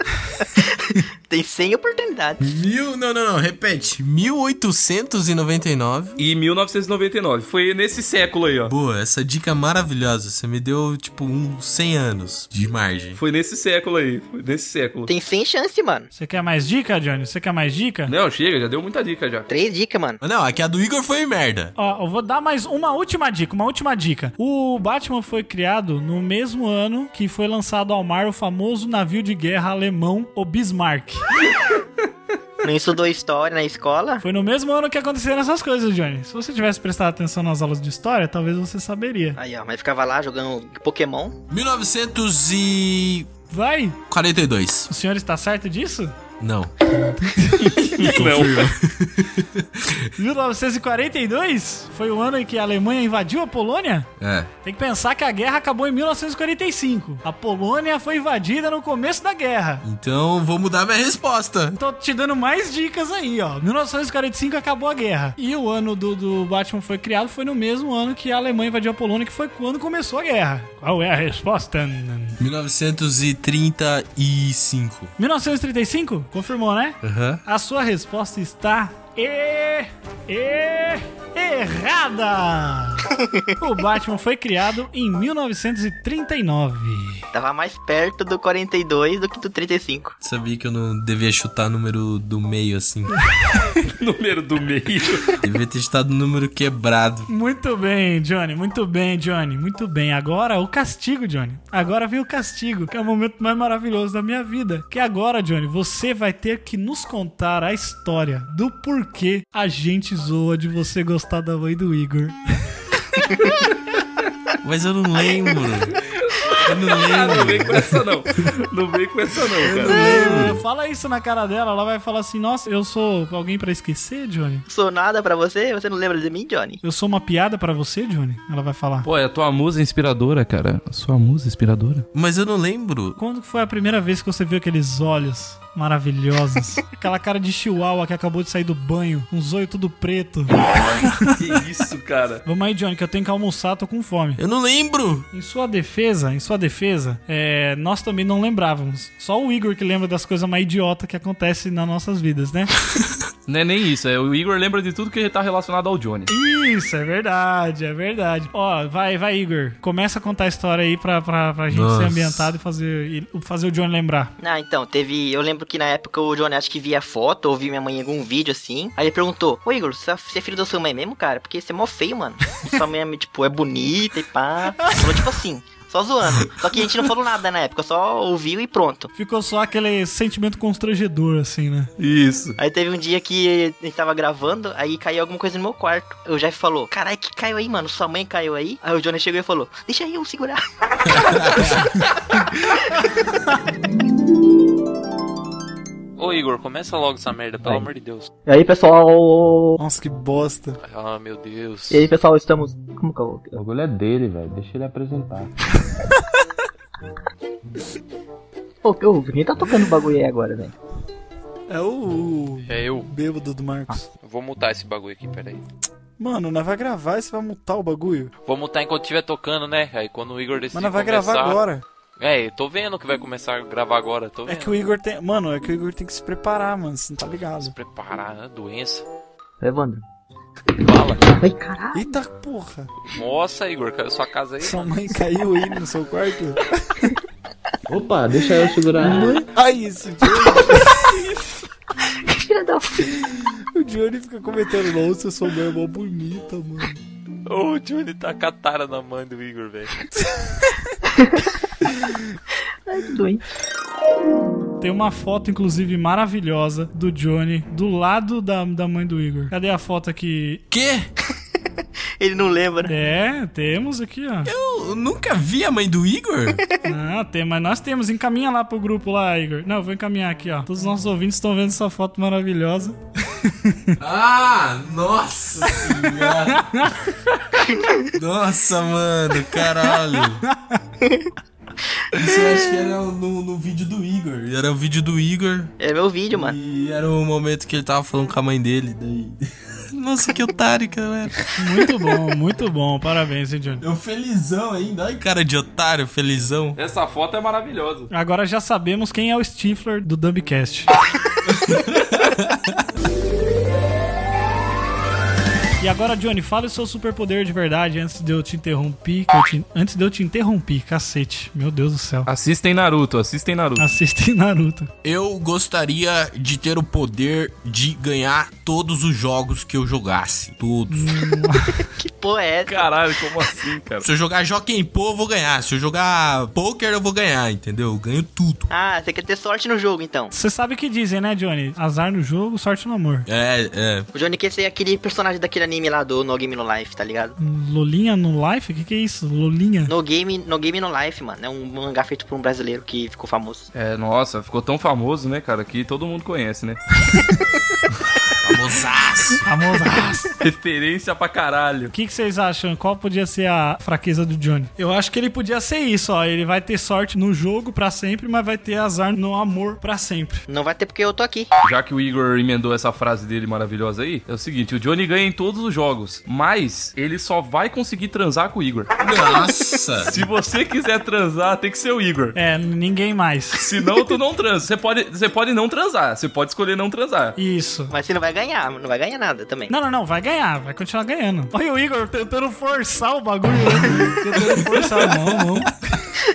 Tem 100 oportunidades.
Mil. Não, não, não, repete. 1899.
E 1999. Foi nesse século aí, ó.
Boa, essa dica é maravilhosa. Você me deu, tipo, uns 100 anos de margem.
Foi nesse século aí. Foi nesse século.
Tem 100 chance, mano.
Você quer mais dica, Johnny? Você quer mais dica?
Não, chega, já deu muita dica já.
Três dicas, mano.
Mas não, aqui a do Igor foi merda.
Ó, eu vou dar mais uma última dica, uma última dica. O Batman foi criado no mesmo ano que foi lançado ao mar o famoso navio de guerra alemão, o Bismarck.
Não estudou história na escola?
Foi no mesmo ano que aconteceram essas coisas, Johnny. Se você tivesse prestado atenção nas aulas de história, talvez você saberia.
Aí, ó, mas ficava lá jogando Pokémon.
1942.
Vai! O senhor está certo disso?
Não.
Não. é
1942 foi o ano em que a Alemanha invadiu a Polônia?
É.
Tem que pensar que a guerra acabou em 1945. A Polônia foi invadida no começo da guerra.
Então vou mudar minha resposta.
Tô te dando mais dicas aí, ó. 1945 acabou a guerra. E o ano do, do Batman foi criado foi no mesmo ano que a Alemanha invadiu a Polônia, que foi quando começou a guerra. Qual é a resposta?
1935.
1935? Confirmou, né?
Aham.
A sua resposta está e, e, errada! o Batman foi criado em 1939.
Tava mais perto do 42 do que do 35.
Sabia que eu não devia chutar número do meio assim.
Número do meio.
devia ter chutado um número quebrado.
Muito bem, Johnny. Muito bem, Johnny. Muito bem. Agora o castigo, Johnny. Agora vem o castigo, que é o momento mais maravilhoso da minha vida. Que agora, Johnny, você vai ter que nos contar a história do porquê a gente zoa de você gostar da mãe do Igor.
Mas eu não lembro. Eu não
Ah, não
lembro.
vem com essa não. Não vem com essa não, cara.
Ah, Fala isso na cara dela, ela vai falar assim: Nossa, eu sou alguém pra esquecer, Johnny?
Sou nada pra você? Você não lembra de mim, Johnny?
Eu sou uma piada pra você, Johnny? Ela vai falar.
Pô, é a tua musa inspiradora, cara. Sua musa inspiradora.
Mas eu não lembro.
Quando foi a primeira vez que você viu aqueles olhos maravilhosos? Aquela cara de chihuahua que acabou de sair do banho, uns olhos tudo preto.
Que isso, cara.
Vamos aí, Johnny, que eu tenho que almoçar, tô com fome.
Eu não lembro.
Em sua defesa, em sua defesa, é, nós também não lembrávamos. Só o Igor que lembra das coisas mais idiota que acontecem nas nossas vidas, né?
Não é nem isso. É, o Igor lembra de tudo que tá relacionado ao Johnny.
Isso, é verdade, é verdade. Ó, vai, vai, Igor. Começa a contar a história aí pra, pra, pra gente
Nossa.
ser ambientado e fazer, e fazer o Johnny lembrar.
Ah, então, teve. Eu lembro que na época o Johnny acho que via foto ou via minha mãe em algum vídeo assim. Aí ele perguntou: Ô Igor, você você é filho da sua mãe mesmo, cara? Porque você é mó feio, mano. sua mãe, é, tipo, é bonita e pá. Falou tipo assim. Só zoando. Só que a gente não falou nada na época, só ouviu e pronto.
Ficou só aquele sentimento constrangedor, assim, né?
Isso.
Aí teve um dia que a gente tava gravando, aí caiu alguma coisa no meu quarto. O Jeff falou: Caralho, que caiu aí, mano? Sua mãe caiu aí? Aí o Johnny chegou e falou: Deixa aí eu segurar.
Ô Igor, começa logo essa merda, pelo amor de Deus.
E aí, pessoal?
Nossa, que bosta.
Ah, meu Deus.
E aí, pessoal, estamos. Como que eu.
O bagulho é dele, velho. Deixa ele apresentar.
Pô, que eu- quem tá tocando o bagulho aí agora, velho?
É o, o
É eu.
bêbado do Marcos.
Eu Vou mutar esse bagulho aqui, peraí.
Mano, nós vai gravar e você vai mutar o bagulho.
Vou mutar enquanto estiver tocando, né? Aí quando o Igor decidir
Mas nós vai
começar...
gravar agora.
É, eu tô vendo que vai começar a gravar agora, tô
É
vendo.
que o Igor tem. Mano, é que o Igor tem que se preparar, mano. Você não tá ligado.
Preparar, né? Doença.
Evandro.
Fala.
Ai, caralho.
Eita porra!
Nossa, Igor, caiu sua casa aí?
Sua mãe caiu aí no seu quarto.
Opa, deixa eu segurar.
Ai, isso,
Filha da f.
o Johnny fica comentando, nossa, sua mãe é mó bonita, mano.
Ô, o Johnny tá com a tara na mãe do Igor, velho.
doente.
Tem uma foto, inclusive, maravilhosa do Johnny do lado da, da mãe do Igor. Cadê a foto aqui?
Quê?
Ele não lembra. né?
É, temos aqui, ó.
Eu nunca vi a mãe do Igor?
Ah, tem, mas nós temos. Encaminha lá pro grupo lá, Igor. Não, eu vou encaminhar aqui, ó. Todos os nossos ouvintes estão vendo essa foto maravilhosa.
Ah, nossa senhora. Nossa, mano, caralho. Isso eu acho que era no, no vídeo do Igor. Era o vídeo do Igor
É meu vídeo, mano.
e era o momento que ele tava falando com a mãe dele. Daí... Nossa, que otário, galera.
Muito bom, muito bom. Parabéns, hein, Johnny.
Eu felizão ainda. Ai, cara de otário, felizão.
Essa foto é maravilhosa.
Agora já sabemos quem é o Stifler do Dumbcast. E agora, Johnny, fala o seu superpoder de verdade antes de eu te interromper. que eu te- Antes de eu te interromper, cacete. Meu Deus do céu.
Assistem Naruto, assistem Naruto.
Assistem Naruto.
Eu gostaria de ter o poder de ganhar todos os jogos que eu jogasse. Todos.
Que porra é essa?
Caralho, como assim, cara?
Se eu jogar Jockey Pô, eu vou ganhar. Se eu jogar poker, eu vou ganhar, entendeu? Eu ganho tudo.
Ah, você quer ter sorte no jogo, então.
Você sabe o que dizem, né, Johnny? Azar no jogo, sorte no amor.
É, é.
O Johnny quer ser aquele personagem daquele anime lá do No Game No Life, tá ligado?
Lolinha no life? O que, que é isso? Lolinha?
No Game No, Game no Life, mano. É um mangá feito por um brasileiro que ficou famoso.
É, nossa, ficou tão famoso, né, cara, que todo mundo conhece, né?
Famosaço.
Famosa.
Referência pra caralho.
O que, que vocês acham? Qual podia ser a fraqueza do Johnny? Eu acho que ele podia ser isso, ó. Ele vai ter sorte no jogo pra sempre, mas vai ter azar no amor pra sempre.
Não vai ter porque eu tô aqui.
Já que o Igor emendou essa frase dele maravilhosa aí, é o seguinte: o Johnny ganha em todos os jogos, mas ele só vai conseguir transar com o Igor.
Nossa.
Se você quiser transar, tem que ser o Igor.
É, ninguém mais.
Senão tu não transa. Você pode, você pode não transar, você pode escolher não transar.
Isso.
Mas você não vai ganhar, não vai ganhar nada também.
Não, não, não, vai ganhar, vai continuar ganhando. Olha o Igor tentando forçar o bagulho. né? tentando forçar, não, não.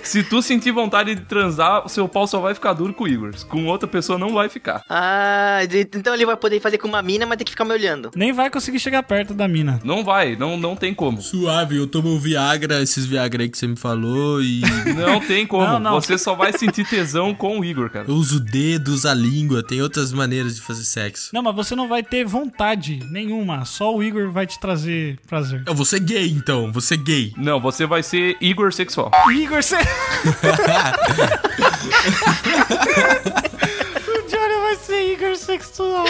Se tu sentir vontade de transar, o seu pau só vai ficar duro com o Igor. Com outra pessoa não vai ficar.
Ah, de- então ele vai poder fazer com uma mina, mas tem que ficar me olhando.
Nem vai conseguir chegar perto da mina.
Não vai, não, não tem como.
Suave, eu tomo o Viagra, esses Viagra aí que você me falou, e
Não tem como.
Não, não.
Você só vai sentir tesão com o Igor, cara.
eu uso dedos, a língua, tem outras maneiras de fazer sexo.
Não, mas você não vai ter vontade nenhuma. Só o Igor vai te trazer prazer.
Eu vou ser gay, então, vou ser gay.
Não, você vai ser Igor sexual.
Igor, você. o Johnny vai ser Igor sexual.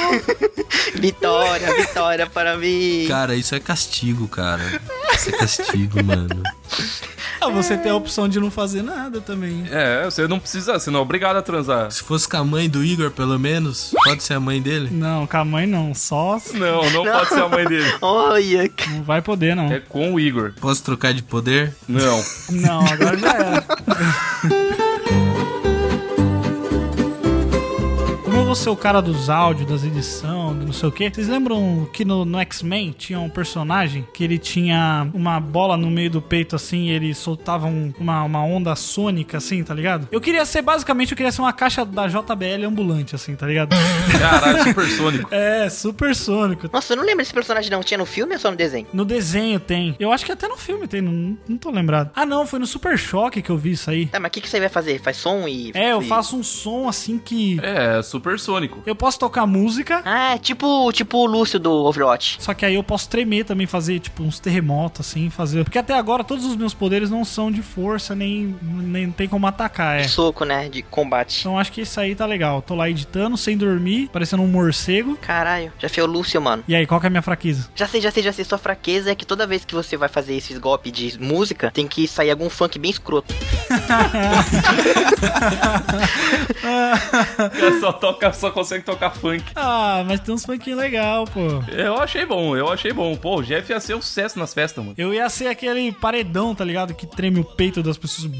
Vitória, vitória para mim.
Cara, isso é castigo, cara. Isso é castigo, mano.
Ah, você tem a opção de não fazer nada também.
É, você não precisa, você não é obrigado a transar.
Se fosse com a mãe do Igor, pelo menos, pode ser a mãe dele?
Não, com a mãe não. Só se-
Não, não, pode ser a mãe dele.
Olha,
não vai poder, não.
É com o Igor.
Posso trocar de poder?
Não.
Não, agora já era. Como eu vou ser o cara dos áudios, das edições, do não sei o quê. Vocês lembram que no, no X-Men tinha um personagem que ele tinha uma bola no meio do peito, assim, e ele soltava um- uma, uma onda sônica, assim, tá ligado? Eu queria ser, basicamente, eu queria ser uma caixa da JBL ambulante, assim, tá ligado?
Caralho, supersônico.
é, supersônico.
Nossa, eu não lembro desse personagem não. Tinha no filme ou só no desenho?
No desenho tem. Eu acho que até no filme tem, não, não tô lembrado. Ah, não, foi no Super Choque que eu vi isso aí.
Tá, mas o que, que você vai fazer? Faz som e...
É, eu
e-
faço um som assim que.
É, supersônico.
Eu posso tocar música,
Ah, é tipo, tipo o Lúcio do Overwatch.
só que aí eu posso tremer também, fazer tipo uns terremotos, assim, fazer. Porque até agora todos os meus poderes não são de força, nem, nem tem como atacar, é.
Soco, né? De combate.
Então acho que isso aí tá legal. Tô lá editando, sem dormir, parecendo um morcego.
Caralho, já fez o Lúcio, mano.
E aí, qual que é a minha fraqueza?
Já sei, já sei, já sei. Sua fraqueza é que toda vez que você vai fazer esses golpes de música, tem que sair algum funk bem escroto.
Ela só, toca, só consegue tocar funk.
Ah, mas tem uns funkinhos legal, pô.
Eu achei bom, eu achei bom. Pô, o Jeff ia ser um sucesso nas festas, mano.
Eu ia ser aquele paredão, tá ligado? Que treme o peito das pessoas.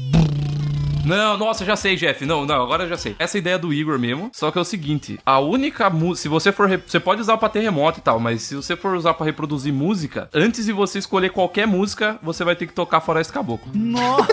Não, nossa, já sei, Jeff. Não, não, agora eu já sei. Essa ideia do Igor mesmo. Só que é o seguinte: a única música. Se você for. re- Você pode usar pra terremoto e tal, mas se você for usar pra reproduzir música, antes de você escolher qualquer música, você vai ter que tocar Floresta Caboclo.
Nossa!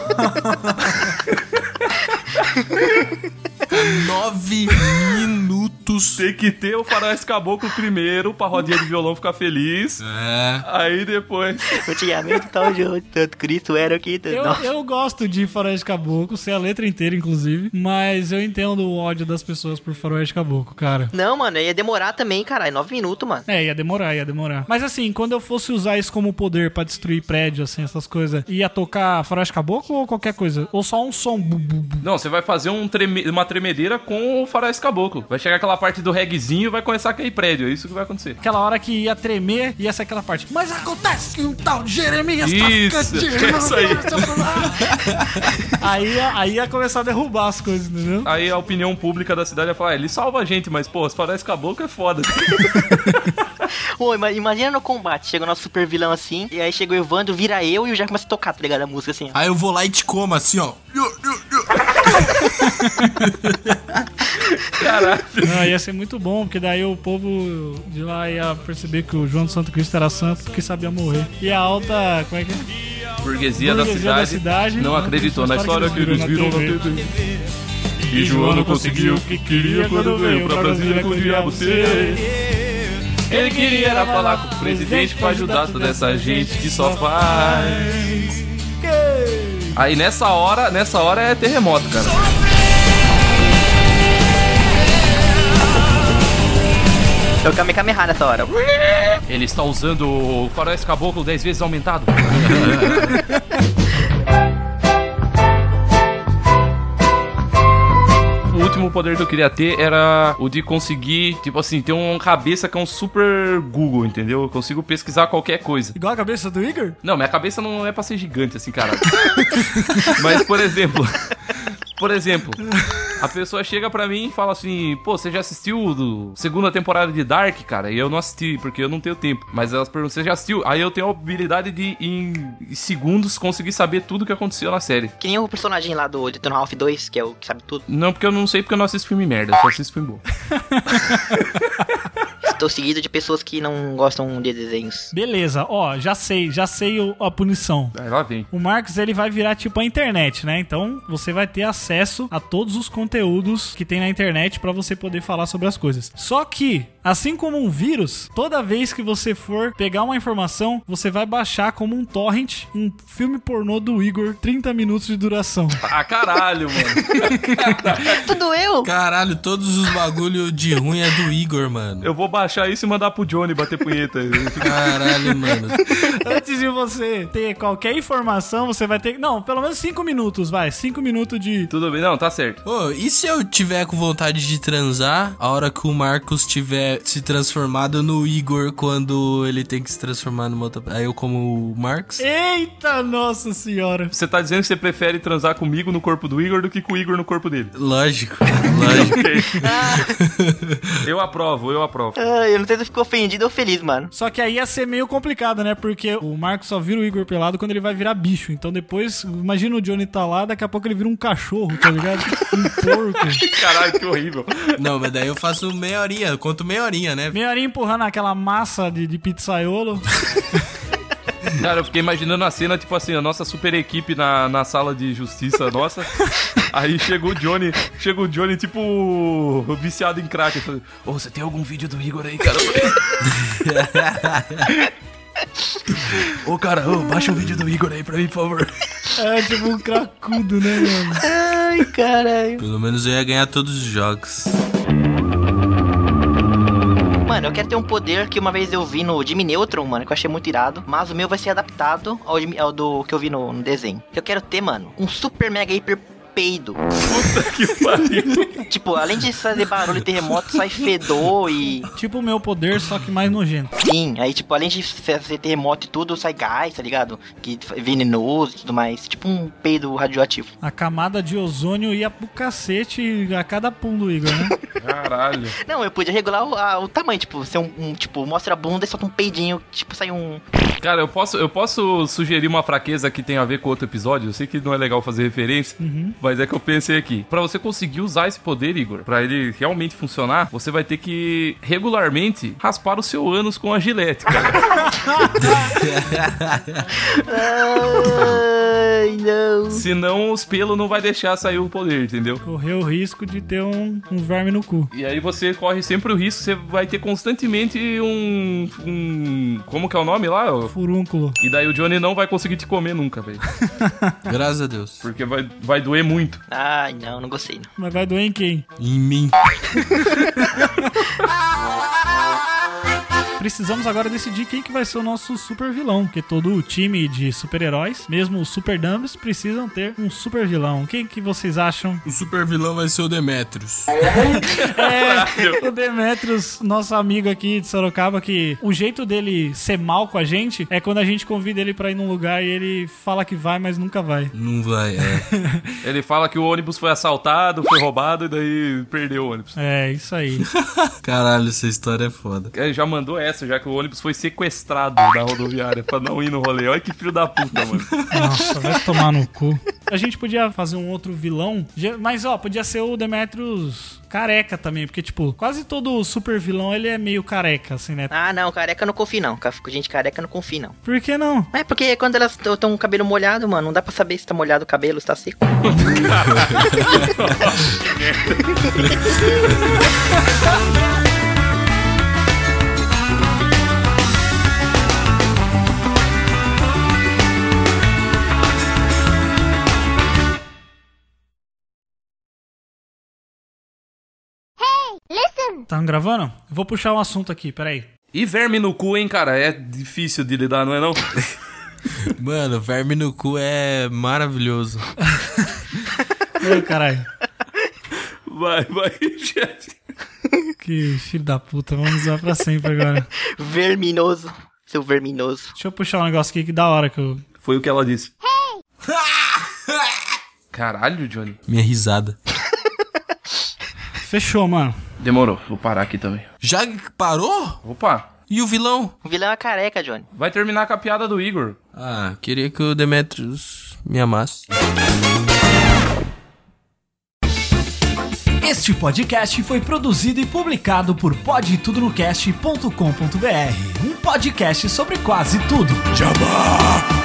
Nove minutos.
Tem que ter o Faroeste Caboclo primeiro pra rodinha de violão ficar feliz.
É.
Aí depois.
Antigamente, tal de tanto Cristo era o que...
Eu, eu gosto de Faroeste Caboclo, sei a letra inteira, inclusive, mas eu entendo o ódio das pessoas por Faroeste Caboclo, cara.
Não, mano, ia demorar também, caralho. Nove minutos, mano.
É, ia demorar, ia demorar. Mas assim, quando eu fosse usar isso como poder pra destruir prédio, assim, essas coisas, ia tocar Faroeste Caboclo ou qualquer coisa? Ou só um som? bu, bu, bu.
Não, você vai fazer um treme- uma tremedeira com o Faroeste Caboclo. Vai chegar aquela parte do regzinho e vai começar a cair prédio. É isso que vai acontecer.
Aquela hora que ia tremer, ia ser aquela parte. Mas acontece que um tal de Jeremias tá
Isso,
traficante-
é isso aí.
aí, ia- aí ia começar a derrubar as coisas, entendeu?
Aí a opinião pública da cidade vai falar: "Ah, ele salva a gente, mas pô, os Faroeste Caboclo é foda.
Pô, ima- imagina no combate, chega o nosso super vilão assim, e aí chega o Evandro, vira eu e o já começa a tocar, tá ligado? A música assim, ó.
Aí eu vou lá e te como assim, ó.
Não, Ah, ia ser muito bom, porque daí o povo de lá ia perceber que o João do Santo Cristo era santo porque sabia morrer. E a alta. Como é que é?
Burguesia, da,
burguesia
cidade
da cidade
não acreditou na história que eles viram na TV. E João não conseguiu o que queria quando veio pra Brasília com o diabo ser. Ele queria era falar com o presidente pra ajudar toda essa gente que só faz. Aí nessa hora, nessa hora é terremoto, cara.
É o Kamehameha nessa hora.
Ele está usando o faroeste caboclo 10 vezes aumentado. O último poder que eu queria ter era o de conseguir, tipo assim, ter um cabeça que é um super Google, entendeu? Eu consigo pesquisar qualquer coisa.
Igual a cabeça do Igor?
Não, minha cabeça não é pra ser gigante assim, cara. Mas, por exemplo. Por exemplo, a pessoa chega pra mim e fala assim: pô, você já assistiu o do segunda temporada de Dark, cara? E eu não assisti, porque eu não tenho tempo. Mas elas perguntam: você já assistiu? Aí eu tenho a habilidade de, em segundos, conseguir saber tudo o que aconteceu na série.
Que nem o personagem lá do Detona Ralph 2, que é o que sabe tudo.
Não, porque eu não sei, porque eu não assisto filme merda, eu só assisto filme bom.
Estou seguido de pessoas que não gostam de desenhos.
Beleza, ó, já sei, já sei o- a punição.
Aí lá vem.
O Marcos ele vai virar tipo a internet, né? Então você vai ter acesso a todos os conteúdos que tem na internet pra você poder falar sobre as coisas. Só que, assim como um vírus, toda vez que você for pegar uma informação, você vai baixar como um torrent um filme pornô do Igor, 30 minutos de duração.
Ah, caralho, mano.
Tudo eu!
Caralho, todos os bagulho de ruim é do Igor, mano.
Eu vou baixar isso e mandar pro Johnny bater punheta.
Caralho, mano.
Antes de você ter qualquer informação, você vai ter. Não, pelo menos 5 minutos, vai. 5 minutos de.
Tudo bem, não, tá certo.
Ô, e se eu tiver com vontade de transar, a hora que o Marcos tiver se transformado no Igor quando ele tem que se transformar numa outra. Aí eu como o Marcos?
Eita, nossa senhora!
Você tá dizendo que você prefere transar comigo no corpo do Igor do que com o Igor no corpo dele?
Lógico, lógico.
Eu aprovo, eu aprovo.
Ah, eu não sei se eu fico ofendido ou feliz, mano.
Só que aí ia ser meio complicado, né? Porque o Marcos só vira o Igor pelado quando ele vai virar bicho. Então depois, imagina o Johnny tá lá, daqui a pouco ele vira um cachorro, tá ligado? Um porco.
Caralho, que horrível.
Não, mas daí eu faço meia horinha, eu conto meia horinha, né?
Meia hora empurrando aquela massa de, de pizzaiolo.
Cara, eu fiquei imaginando a cena, tipo assim, a nossa super equipe na, na sala de justiça nossa. Aí chegou o Johnny, chegou o Johnny, tipo, viciado em crack. Eu falei, Ô, você tem algum vídeo do Igor aí, cara? Ô, cara, ô, baixa o vídeo do Igor aí pra mim, por favor.
É tipo um cracudo, né, mano?
Ai, caralho.
Pelo menos eu ia ganhar todos os jogos.
Mano, eu quero ter um poder que uma vez eu vi no Jimmy Neutron, mano, que eu achei muito irado. Mas o meu vai ser adaptado ao, Jimmy- ao do que eu vi no, no desenho. Eu quero ter, mano, um super mega hiper peido.
Que pariu.
Tipo, além de fazer barulho e terremoto, sai fedor e.
Tipo o meu poder, só que mais nojento.
Sim, aí, tipo, além de fazer terremoto e tudo, sai gás, tá ligado? Que é venenoso e tudo mais. Tipo um peido radioativo.
A camada de ozônio ia pro cacete a cada pum do Igor, né?
Caralho.
Não, eu podia regular o, a- o tamanho, tipo, ser um, um, Tipo, mostra a bunda e solta um peidinho, tipo, sai um.
Cara, eu posso, eu posso sugerir uma fraqueza que tem a ver com outro episódio? Eu sei que não é legal fazer referência, mas é que eu pensei aqui. Pra você conseguir usar esse poder, Igor, pra ele realmente funcionar, você vai ter que regularmente raspar o seu ânus com a gilete, cara.
Ai, não.
Senão os pelos não vai deixar sair o poder, entendeu?
Correu o risco de ter um, um verme no cu.
E aí você corre sempre o risco, você vai ter constantemente um. um como que é o nome lá?
Furúnculo.
E daí o Johnny não vai conseguir te comer nunca, velho.
Graças a Deus.
Porque vai, vai doer muito.
Ai, não, não gostei. Não.
Mas vai doer em quem?
Em mim.
Precisamos agora decidir quem que vai ser o nosso super vilão, porque todo o time de super-heróis, mesmo os super dumbs, precisam ter um super vilão. Quem que vocês acham?
O super vilão vai ser o Demetrius.
É, o Demetrius, nosso amigo aqui de Sorocaba, que o jeito dele ser mal com a gente é quando a gente convida ele pra ir num lugar e ele fala que vai, mas nunca vai.
Não vai, é.
Ele fala que o ônibus foi assaltado, foi roubado e daí perdeu o ônibus.
É, isso aí.
Caralho, essa história é foda.
Ele já mandou essa, já que o ônibus foi sequestrado da rodoviária pra não ir no rolê. Olha que filho da puta, mano.
Nossa, vai tomar no cu. A gente podia fazer um outro vilão, já- mas ó, podia ser o Demetrius careca também, porque, tipo, quase todo super vilão ele é meio careca, assim, né?
Ah, não, careca eu não confio, não. Ca- Gente careca eu não confio, não.
Por que não?
É porque quando elas estão com o cabelo molhado, mano, não dá pra saber se tá molhado o cabelo, se tá seco.
Tá gravando? Eu vou puxar um assunto aqui, peraí.
E verme no cu, hein, cara? É difícil de lidar, não é não?
Mano, verme no cu é maravilhoso.
Ai, caralho.
Vai, vai, chefe.
Que filho da puta, vamos usar pra sempre agora.
Verminoso. Seu verminoso.
Deixa eu puxar um negócio aqui que da hora que eu.
Foi o que ela disse. Caralho, Johnny.
Minha risada.
Fechou, mano.
Demorou, vou parar aqui também.
Já parou?
Opa,
E o vilão?
O vilão é careca, Johnny.
vai terminar com a piada do Igor.
Ah, queria que o Demetrius me amasse.
Este podcast foi produzido e publicado por podtudonocast.com.br, um podcast sobre quase tudo. Jabá!